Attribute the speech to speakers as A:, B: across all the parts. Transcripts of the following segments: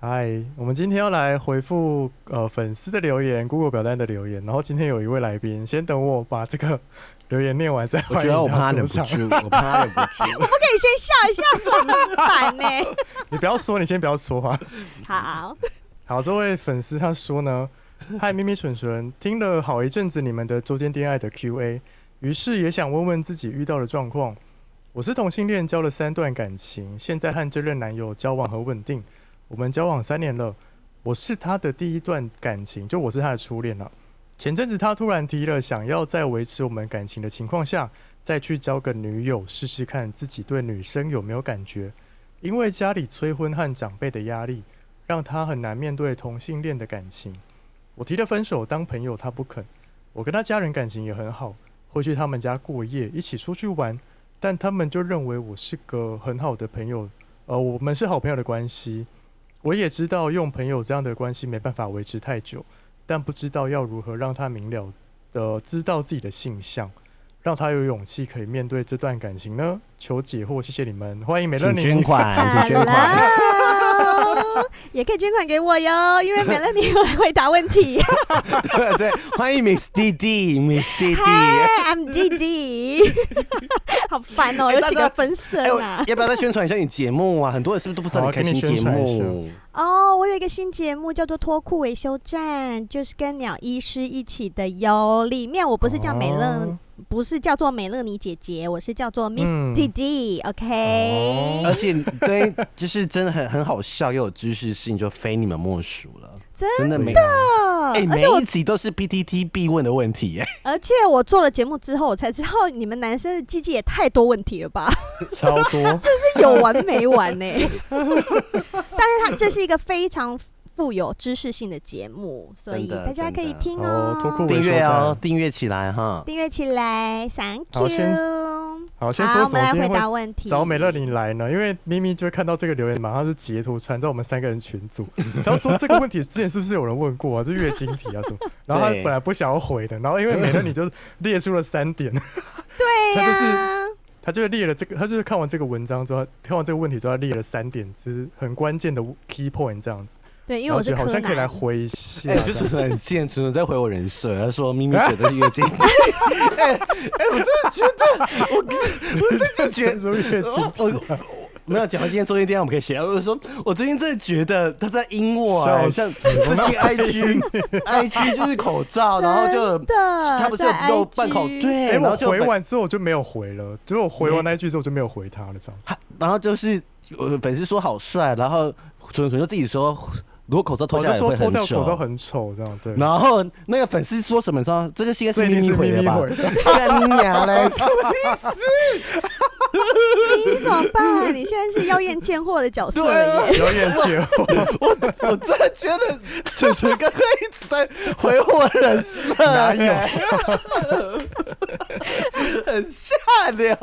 A: 嗨，我们今天要来回复呃粉丝的留言，Google 表单的留言。然后今天有一位来宾，先等我把这个留言念完再
B: 我
A: 欢
B: 觉
A: 迎
B: 得我怕
A: 他
B: 忍
A: 出
B: 不
A: 场。
B: 住， 我怕忍不 住。
C: 不可以先笑一笑吗？很烦呢、欸
A: 你不要说，你先不要说话。
C: 好，
A: 好，这位粉丝他说呢，嗨，咪咪蠢蠢，听了好一阵子你们的周间恋爱的 Q&A，于是也想问问自己遇到的状况。我是同性恋，交了三段感情，现在和这任男友交往很稳定，我们交往三年了。我是他的第一段感情，就我是他的初恋了。前阵子他突然提了想要在维持我们感情的情况下，再去交个女友试试看自己对女生有没有感觉，因为家里催婚和长辈的压力，让他很难面对同性恋的感情。我提了分手当朋友，他不肯。我跟他家人感情也很好，会去他们家过夜，一起出去玩，但他们就认为我是个很好的朋友，呃，我们是好朋友的关系。我也知道用朋友这样的关系没办法维持太久，但不知道要如何让他明了的知道自己的性向，让他有勇气可以面对这段感情呢？求解惑，谢谢你们，欢迎美乐
D: 请
A: 你。
D: 捐 款，请捐款。
C: Hello，也 可以捐款给我哟，因为美乐你会回答问 题。
D: 对对，欢迎 Miss D D，Miss D D。
C: Hi，I'm DD，好烦哦、
D: 哎
C: 有
D: 大
C: 几
D: 家
C: 个分
D: 哎，
C: 身
D: 我
C: 啊。
D: 要不要再宣传一下你节目啊？很多人是不是都不知道
A: 好
D: 你开新
A: 给你
D: 节
A: 宣传一下
D: 目？
C: 哦我有一个新节目叫做《脱裤维修站》，就是跟鸟医师一起的哟。里面我不是叫美乐，
A: 哦
C: 不是叫做美乐妮姐姐，我是叫做 Miss
A: 嗯
C: DD，OK、
D: 而且对，就是真的很很好笑，又有知识性，就非你们莫属了。
C: 真
D: 真的没，
C: 哦
D: 哎，
C: 而
D: 每
C: 且我
D: 一集都是 P T T 必问的问题，哎，
C: 而且我做了节目之后，我才知道你们男生的鸡鸡也太多问题了吧？
A: 超多，
C: 这有完没完呢、但是它这是一个非常富有知识性的节目，所以
D: 真的
C: 大家可以听
A: 哦脱裤
C: 哦，
A: 维
D: 订
A: 修
D: 阅
A: 站
D: 哦，。订阅起来哈。
C: 订阅起来，Thank
A: 好先
C: you。
A: 好，先
C: 好，
A: 说
C: 我
A: 什么
C: 们来
A: 今
C: 回
A: 天
C: 答
A: 会
C: 问题。
A: 找美乐你来呢？因为咪咪就会看到这个留言，马上就截图传到我们三个人群 组。然后说这个问题之前是不是有人问过啊？就月经题啊什么？然后他
D: 对
A: 本来不想要回的，然后因为美乐你 就列出了三点，
C: 对
A: 他
C: 呀、
A: 就是他就列了这个，他就是看完这个文章之后，看完这个问题之后，他列了三点，就是很关键的 key point 这样子。
C: 对，
A: 然
C: 因为
A: 后
C: 我
A: 觉
C: 是
A: 得好
C: 柯
A: 像可以来
C: 南。
A: 回一下
D: 哎、
A: 这样。
D: 我就纯纯很贱，纯纯在回我人设，他说咪咪觉得是月经。 哎哎、我真的觉得，
A: 说月
D: 我我
A: 经
D: 真的觉得，我我没有讲到今天做一天，我们可以写。我就说，我最近真的觉得他在阴我、哎
A: 笑
D: 像
A: 死
D: 最近 IG IG 就是口罩，然后就
C: 真的
D: 他不是有
C: 在
D: 有半口
C: IG
D: 对，
A: 哎，
D: 然后
A: 我
D: 就
A: 回
D: 本
A: 完之后我就没有回了，结果回完那一句之后我就没有回他了，这样。
D: 他然后就是呃粉丝说好帅，然后纯纯就自己说，如果口罩脱
A: 我
D: 下
A: 就
D: 来
A: 说
D: 会
A: 脱
D: 很
A: 掉口罩
D: 丑。
A: 很丑，这样对。
D: 然后那个粉丝说什么？你知道这个是应该是
A: 这一
D: 咪
A: 定是
D: 咪回
A: 咪
D: 的
A: 咪
D: 吧
A: 回？
D: 干你娘嘞！
C: 你怎么办？你现在是妖艳贱货的角色了耶！
A: 有点久，
D: 我真的觉得蠢蠢哥哥一直在回我人设、
A: 哪有
D: 哎？ 很下流。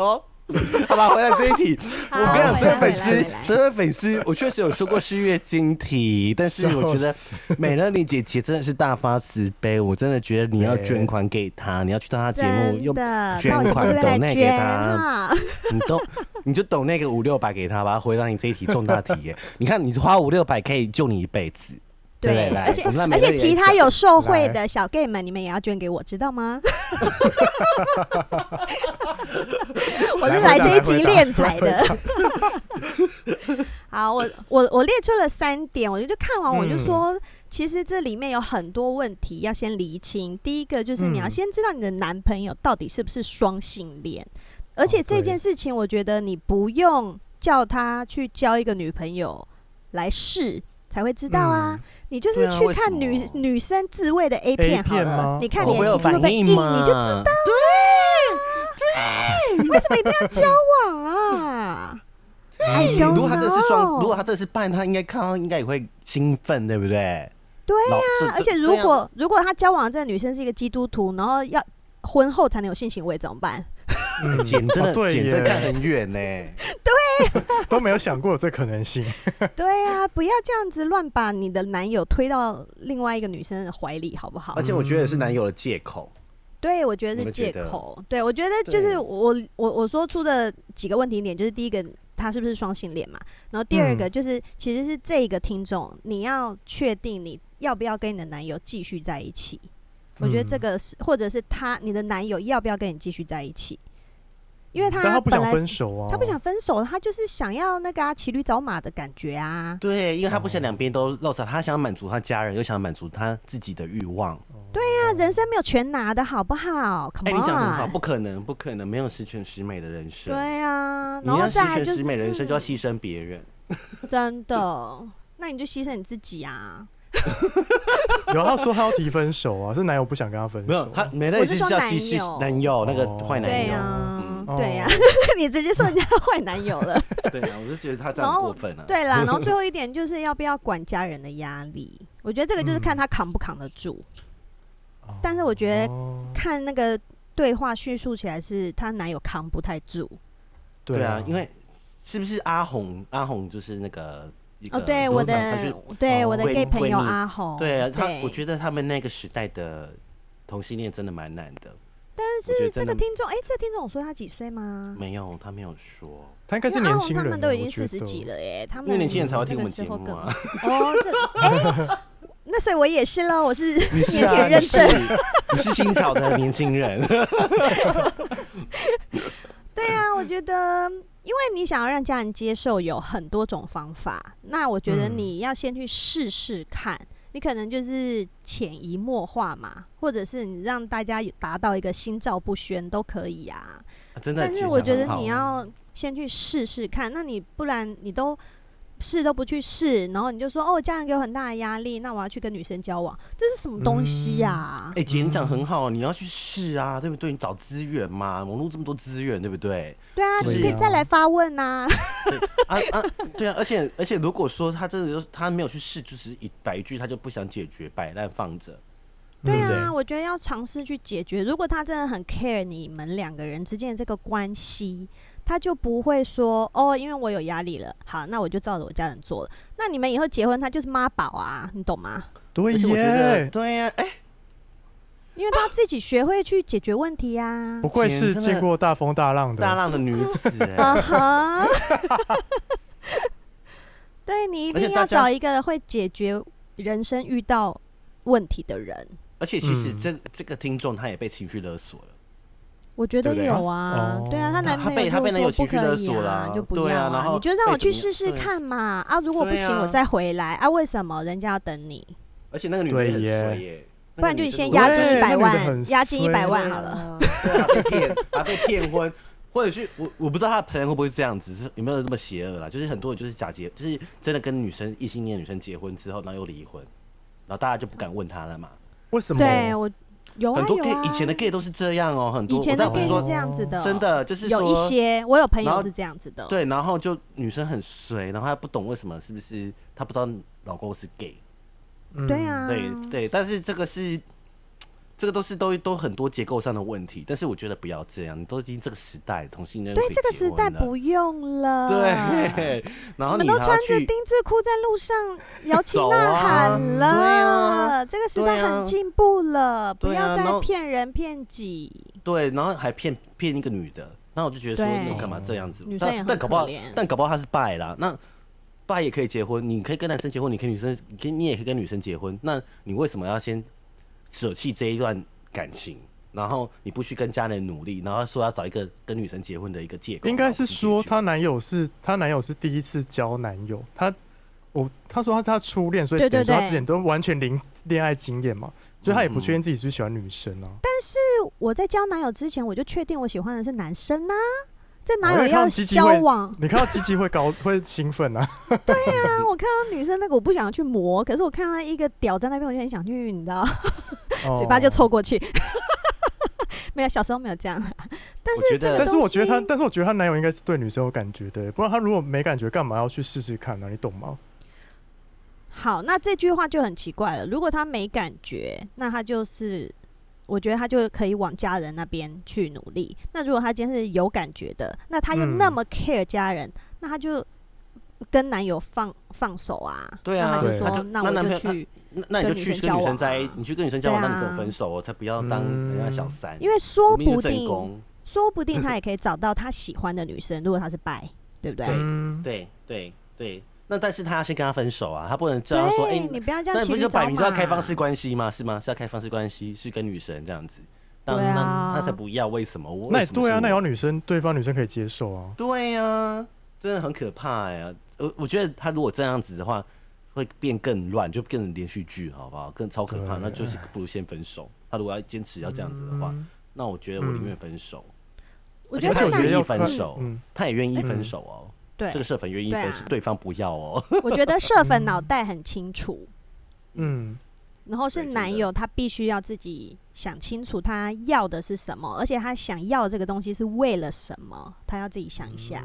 D: 好吧，回来这一题，我
C: 好
D: 跟你讲，这
C: 回来
D: 位粉
C: 回
D: 丝
C: 来回来，
D: 这位粉丝，我确实有说过是月经题，但 是我觉得美乐妮姐姐真的是大发慈悲，我真的觉得你要捐款给她，你要去到她节目
C: 真
D: 用
C: 的，
D: 捐
C: 到我
D: 款
C: 这边
D: 抖
C: 来
D: 内给
C: 捐
D: 她，
C: 哈。
D: 你都 你就抖那个五六百给他吧，回答你这一题重大题耶。 你看你花五六百可以救你一辈子，对不对？来
C: 而且
D: 我们让
C: 而且
D: 美乐
C: 其
D: 人
C: 他
D: 讲
C: 有受贿的小 gay 们，你们也要捐给我，知道吗？我是来这一集练财的。 好，我我我列出了三点，我就看完我就说，其实这里面有很多问题要先厘清。第一个就是你要
A: 嗯
C: 先知道你的男朋友到底是不是双性恋，而且
A: 哦
C: 这
A: 对
C: 件事情，我觉得你不用叫他去交一个女朋友来试才会知道啊。你就
D: 对
C: 是
D: 啊
C: 去
D: 为什
C: 看女
D: 么
C: 女生自慰的 A 片好
A: A 片吗
C: 了，你看
D: 会
C: 你
D: 不会哦有
C: 的鸡鸡会
D: 反
C: 不会硬，
D: 应
C: 你就知
D: 嘛？
C: 道对对，为什么一定要交往 啊？I
D: 哎
C: don't
D: 如果他这是双，
C: know
D: 如果他这是半，他应该看到应该也会兴奋，对不对？
C: 对
D: 呀啊
C: 而且如果、如果他交往的这个女生是一个基督徒，然后要婚后才能有性行为怎么办？
A: 嗯，
D: 姐你真
A: 哦
D: 的，
A: 对
D: 姐真的看
A: 耶，
D: 很远呢、
A: 都没有想过有这可能性。
C: 对啊，不要这样子乱把你的男友推到另外一个女生的怀里，好不好
D: 而？且我觉
A: 嗯
D: 得也是男友的借口。
C: 对，我觉得
D: 你
C: 是
D: 们
C: 借
D: 觉得
C: 口。对，我觉得就是
D: 对
C: 我我我说出的几个问题点，就是第一个，他是不是双性恋嘛？然后第二
D: 嗯
C: 个就是，其实是这个听众，你要确定你要不要跟你的男友继续在一起。我觉得这
A: 嗯
C: 个是，或者是他你的男友要不要跟你继续在一起？因
D: 嗯
C: 为
A: 但他不
C: 本
A: 想
C: 来
A: 分手啊，
C: 他不想分手，他就是想要那个啊骑驴找马的感觉啊。
D: 对，因为他不想两边都露出来，他想满足他家人，又想满足他自己的欲望。
C: 那啊人生没有全拿的好不好
D: 哎、
C: ？Come
D: 你
C: on，、
D: 讲得很好，不可能，不可能，没有十全十美的人生。
C: 对啊，
D: 你
C: 然后
D: 要十
C: 再来
D: 全
C: 就
D: 十
C: 是嗯
D: 美人生，就要牺牲别人。
C: 真的，那你就牺牲你自己啊！
A: 有他说他要提分手啊，是男友不想跟他分手。
D: 没有，他美乐
C: 我
D: 也
C: 是
D: 是
C: 说
D: 叫牺
C: 男
D: 牲
C: 友
D: 男友那个坏男
C: 对啊
D: 友。
C: 呀、
A: 嗯哦
C: 对呀、 你直接说人家坏男友 了。
D: 对啊，我就觉得他这样
C: 然后
D: 过分啊。
C: 对啦，然后最后一点就是要不要管家人的压力，我觉得这个就是看他扛不扛得住。
D: 嗯
A: 哦
C: 但是我觉得
A: 哦
C: 看那个对话叙述起来是她男友扛不太住。
A: 对
D: 啊，因为是不是阿红？阿红就是那个一个
C: 哦，对，我
D: 就是她去
C: 的哦对
A: 哦
C: 我的
D: 闺蜜
C: gay 朋友
D: 闺蜜
C: 阿红，
D: 对啊，他我
C: 得。
D: 觉得他们那个时代的同性恋真的蛮难的。但
C: 是这个听众，哎、这个听众我说他几岁吗？
D: 没有，他没有说，
A: 他应该是
C: 因为阿
A: 年
C: 红
A: 轻
C: 他
D: 啊
A: 人了，
C: 们都已
A: 我
C: 经
A: 觉
C: 四十
A: 得
C: 几了耶，他
D: 因为
C: 们
D: 年轻人才会听
C: 那
D: 我
C: 个
D: 们
C: 时
D: 节
C: 候
D: 目
C: 更
D: 啊。
C: 哦，这哎、那所以我也是喽，我 是
D: 你
C: 年
D: 是
C: 轻
D: 啊，
C: 人
D: 你
C: 认
D: 是
C: 证。
D: 你是新潮的年轻人，
C: 对啊，我觉得，因为你想要让家人接受，有很多种方法。那我觉得
A: 嗯
C: 你要先去试试看，你可能就是潜移默化嘛，或者是你让大家达到一个心照不宣都可以啊。
D: 真的。
C: 但
D: 其
C: 是
D: 实
C: 我
D: 讲
C: 觉得
D: 很好啊
C: 你要先去试试看，那你不然你都试都不去试，然后你就说哦，家人给我很大的压力，那我要去跟女生交往，这是什么东西啊呀、
D: 哎、姐你
A: 嗯
D: 讲很好，你要去试啊，对不对？你找资源嘛，网络这么多资源，对不对？
C: 对啊，
D: 对
C: 你可以
A: 啊
C: 再来发 问呐、
D: 啊啊， 对啊，而且而且，如果说他真的就是他没有去试，就是一百句他就不想解决，摆烂放着，
A: 嗯
C: 对
D: 嗯不对
C: 啊，我觉得要尝试去解决。如果他真的很 care 你们两个人之间的这个关系，他就不会说哦，因为我有压力了，好，那我就照着我家人做了。那你们以后结婚，他就是妈宝啊，你懂吗？
A: 对
D: 而且我觉得，
A: 耶，
D: 对呀、哎、
C: 因为他自己学会去解决问题啊 呀、
A: 不愧是
D: 天真的
A: 见过大风大浪的，
D: 大浪的女子、哎
C: 啊哈，对你一
D: 而且
C: 定
D: 大
C: 要
D: 家
C: 找一个会解决人生遇到问题的人，
D: 而且其实
A: 嗯
D: 这、这个听众他也被情绪勒索了，
C: 我觉得
D: 对不对
C: 有啊，
A: 哦
C: 对啊，她
D: 那
C: 男
D: 她
C: 朋
D: 被
C: 友
D: 她被
C: 就
D: 男友情
C: 说不
D: 绪
C: 可
D: 勒
C: 以
D: 索了
C: 啊
D: 啊，
C: 就不
D: 对
C: 要
D: 啊然后
C: 你就让我
D: 被怎
C: 去
D: 么
C: 试试
D: 对
C: 看嘛，啊，如果不
D: 对
C: 行
D: 啊
C: 我再回来啊，为什么人家要等你？
D: 而且那个女的
A: 对
D: 也很
A: 耶
D: 衰耶、那
C: 不
D: 个
C: 然就
D: 女
C: 你
D: 生
C: 先
D: 如果
C: 押
A: 对那
C: 金一
A: 女
C: 百
A: 的
C: 万
A: 很，
C: 押金一百
A: 衰
C: 万好了。
D: 对啊，被骗，啊被骗婚， 或者是我我不知道他的朋友会不会这样子，是有没有那么邪恶啦？就是很多人就是假结，就是真的跟女生异性恋女生结婚之后，然后又离婚，然后大家就不敢问他了嘛。
A: 为什么？
C: 对我有啊
D: 很多
C: 有
D: gay、
C: 啊，
D: 以前的 gay 都是这样哦、很多
C: 以前的
D: 我倒不
C: gay
D: 是
C: 是
D: 说
C: 这样子的，
D: 真的，就是
C: 有一
D: 说
C: 些，我有朋
D: 然
C: 友
D: 后
C: 是这样子的，
D: 对，然后就女生很衰，然后她不懂为什么，是不是她不知道老公是 gay？
A: 嗯
C: 对，啊，
D: 对对，但是这个是，这个都是都都很多结构上的问题。但是我觉得不要这样，你都已经这个时代，同性恋
C: 对
D: 可，以
C: 这个
D: 结
C: 时代
D: 婚了
C: 不用了。
D: 对，然后
C: 啊
D: 你
C: 你们都
D: 还
C: 穿
D: 要
C: 着
D: 去，
C: 丁字裤在路上摇 旗
D: 走
C: 呐
D: 啊
C: 喊了、
D: 对
C: 这个时代
D: 对啊
C: 很进步了，不
D: 对
C: 要
D: 啊然
C: 再
D: 后
C: 骗人骗己。
D: 对，然后还骗骗一个女的，那我就觉得说
C: 对
D: 你干嘛这样子
C: 女？生
D: 但
C: 也很
D: 但搞不好
C: 可怜，
D: 但搞不好他是拜啦，那拜也可以结婚，你可以跟男生结婚，你可以女生，你可以你也可以跟女生结婚，那你为什么要先舍弃这一段感情？然后你不去跟家人努力，然后说要找一个跟女生结婚的一个借口，
A: 应
D: 然
A: 该
D: 后
A: 是
D: 不去
A: 说
D: 解决
A: 她男友是她男友是第一次交男友，她我她说她是她初恋，所以
C: 对
A: 等于说
C: 对
A: 她之前都完全零恋爱经验嘛，所以她也不确定自己是不是喜欢女生啊。
C: 嗯是我在交男友之前，我就确定我喜欢的是男生呐、这
A: 我
C: 哪
D: 哦
C: 有
A: 会看
C: 要
A: 到鸡鸡
C: 交
A: 会
C: 往？
A: 你看到鸡鸡会高 会兴奋啊，
C: 对啊，我看到女生那个我不想去磨，可是我看到一个屌在那边，我就很想去，你知道，
D: 哦
C: 嘴巴就
A: 抽。
C: 凑过去。 没有，小时候没有这样，但
D: 我
C: 是
D: 觉
C: 这
D: 得
C: 个
A: 但是我觉得她，
C: 东西
A: 但是我觉得她男友应该是对女生有感觉的，不然她如果没感觉，干嘛要去试试看啊呢、你懂吗？
C: 好，那这句话就很奇怪了。如果他没感觉，那他就是我觉得他就可以往家人那边去努力。那如果他今天是有感觉的，那他又
A: 嗯
C: 那么 care 家人，那他就跟男友放放手啊。
D: 对啊
C: 那他就
A: 对
C: 说
D: 他就
C: 那
D: 那男朋
C: 我就
D: 友他
C: 去，
D: 那那你就
C: 跟女
D: 去
C: 生
D: 跟
C: 交
D: 女
C: 往
D: 生在，一
C: 啊
D: 你去跟女生交往，那
C: 对啊
D: 你跟我分手，我才不要当人家小三，
C: 因为说
D: 我明明
C: 不
D: 就正
C: 定
D: 宫，
C: 说不定他也可以找到他喜欢的女生，如果他是拜，对不对？
A: 嗯，
D: 对对对。那但是他要先跟他分手啊，他不能这样说，哎、
C: 你不要这样
D: 那
C: 骑
D: 不
C: 驴
D: 就
C: 找
D: 摆
C: 马。
D: 明是要开放式关系吗？是吗？是要开放式关系，是跟女神这样子，那
C: 对啊
D: 那他才不要，为什么？我
A: 那
D: 为
A: 也
D: 什么
A: 对啊，
D: 是
A: 那
D: 我
A: 有女生，对方女生可以接受啊。
D: 对呀、真的很可怕呀、我我觉得他如果这样子的话，会变更乱，就变成连续剧，好不好？更超可怕。
A: 对
D: 那就是不如先分手。他如果要坚持要这样子的话，
C: 嗯
D: 那我觉得我宁
A: 嗯
D: 愿分手。
C: 我
D: 觉
C: 觉
D: 得
C: 得
D: 而且
C: 这
D: 他
A: 有
C: 男
A: 约要
D: 有愿意
C: 人
D: 分
A: 看
D: 手
A: 嗯，
D: 他也愿意分手哦，
C: 对
D: 这，个社粉愿意分手，
C: 对啊
D: 对方不要哦。
C: 我觉得社粉脑袋很清楚，
A: 嗯，
C: 然后是
D: 对真的
C: 男友他必须要自己想清楚他要的是什么，而且他想要这个东西是为了什么，他要自己想一下。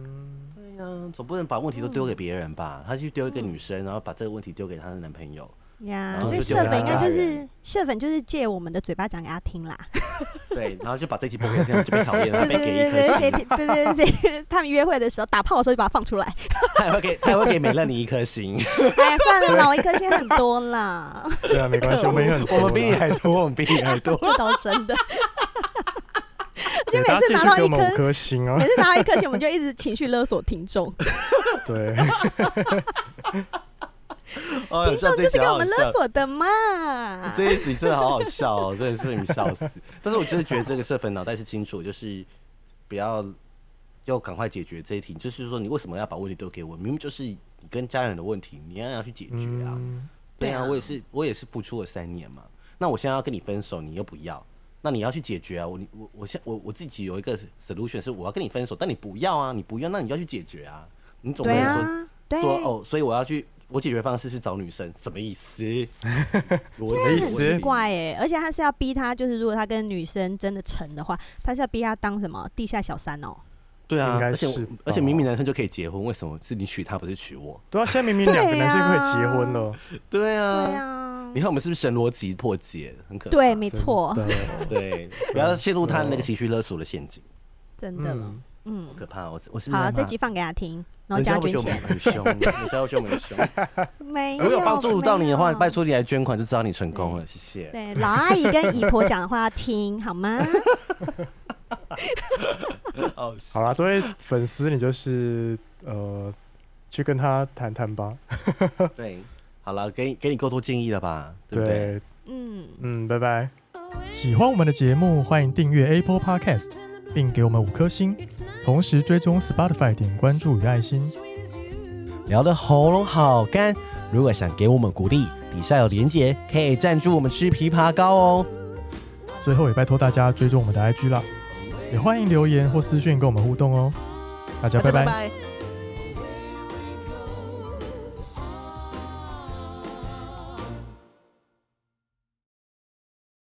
D: 对呀、总不能把问题都丢给别人
C: 嗯
D: 吧？他去丢一个女生，然后把这个问题丢给她的男朋友。
C: 呀
D: 然，后
C: 所以
D: 嗯哦就
C: 社
D: 丢给
C: 粉应该
D: 他
C: 就
D: 家人
C: 是社粉就是借我们的嘴巴讲给他听啦。
D: 对，然后就把这期播给他，就被讨厌，然
C: 对
D: 后被
C: 对
D: 给一
C: 对
D: 颗
C: 嗯
D: 星，
C: 对对对对对对，他们约会的时候打炮的时候就把它放出来。
D: 他还会给他还会给美乐你一颗星。
C: 哎呀，算了啦，我一颗星很多啦，
A: 对啊，没关系，我们 也很多
D: 我
A: 啦，
D: 们比你还多，我们比你还多。
C: 这倒是真的。
A: 对
C: 就每
A: 大家
C: 次
A: 记
C: 拿
A: 得
C: 到
A: 给我
C: 一
A: 们五
C: 颗，
A: 颗星啊
C: 每，次拿到一颗星，我们就一直情绪勒索 听众，
A: 对，
D: 听哦
C: 听众就是给我们勒。索啊的嘛。
D: 这一集真的好好笑哦，真的是你笑死。但是我真的觉得这个社粉脑袋是清楚，就是不要要赶快解决这一题。就是说，你为什么要把问题丢给我？明明就是你跟家人的问题，你要要去解决啊。
A: 嗯，
D: 对
C: 对
D: 啊，
C: 啊
D: 我也是，我也是付出了三年嘛。那我现在要跟你分手，你又不要，那你要去解决啊。我你我我现我我自己有一个 solution 是我要跟你分手，但你不要啊，你不要，那你要去解决啊。你总不
C: 对
D: 能说、
C: 啊，对，
D: 说哦，所以我要去，我解决方式是找女生，什么意 思？我
A: 什么意思
C: 很奇怪哎，而且他是要逼他，就是如果他跟女生真的成的话，他是要逼他当什么地下小三哦。
D: 对啊，
A: 应该
D: 而且我
A: 是
D: 而且
A: 吧
D: 明明男生就可以结婚，为什么是你娶她不是娶我？
A: 对啊，现在明明两个男生可以结婚了，
D: 对啊，
C: 对啊
D: 你，看我们是不是神逻辑破解，很可怕。
C: 对，没错，
A: 真的，
D: 对，不要陷入他那个情绪勒索的陷阱，
C: 真的了
A: 嗯，，
C: 嗯
D: 好，可怕哦！我我是不是
C: 好，
D: 在
C: 这
D: 骂
C: 集放给他听，然
D: 人
C: 后叫
D: 家
C: 他
D: 会
C: 捐
D: 觉得我
C: 钱
D: 们。很 凶，人家会觉得我们很 凶。
C: 没有，
D: 如果帮助到你的话，
C: 没有
D: 拜托你来捐款，就知道你成功了。谢谢。
C: 对，老阿姨跟姨婆讲的话要听好吗？
D: 哦，
A: 好啦，作为粉丝，你就是呃，去跟他谈谈吧，
D: 对，好了，给你给你够多建议了吧？对不对？
A: 对，
C: 嗯，
A: 嗯，拜拜。喜欢我们的节目，欢迎订阅 Apple Podcast，并给我们五颗星，同时追踪 Spotify 点关注与爱心。
D: 聊的喉咙好干，如果想给我们鼓励，底下有连结，可以赞助我们吃枇杷膏哦。
A: 最后也拜托大家追踪我们的 IG 啦，也欢迎留言或私讯跟我们互动哦。大家拜拜。
D: 拜。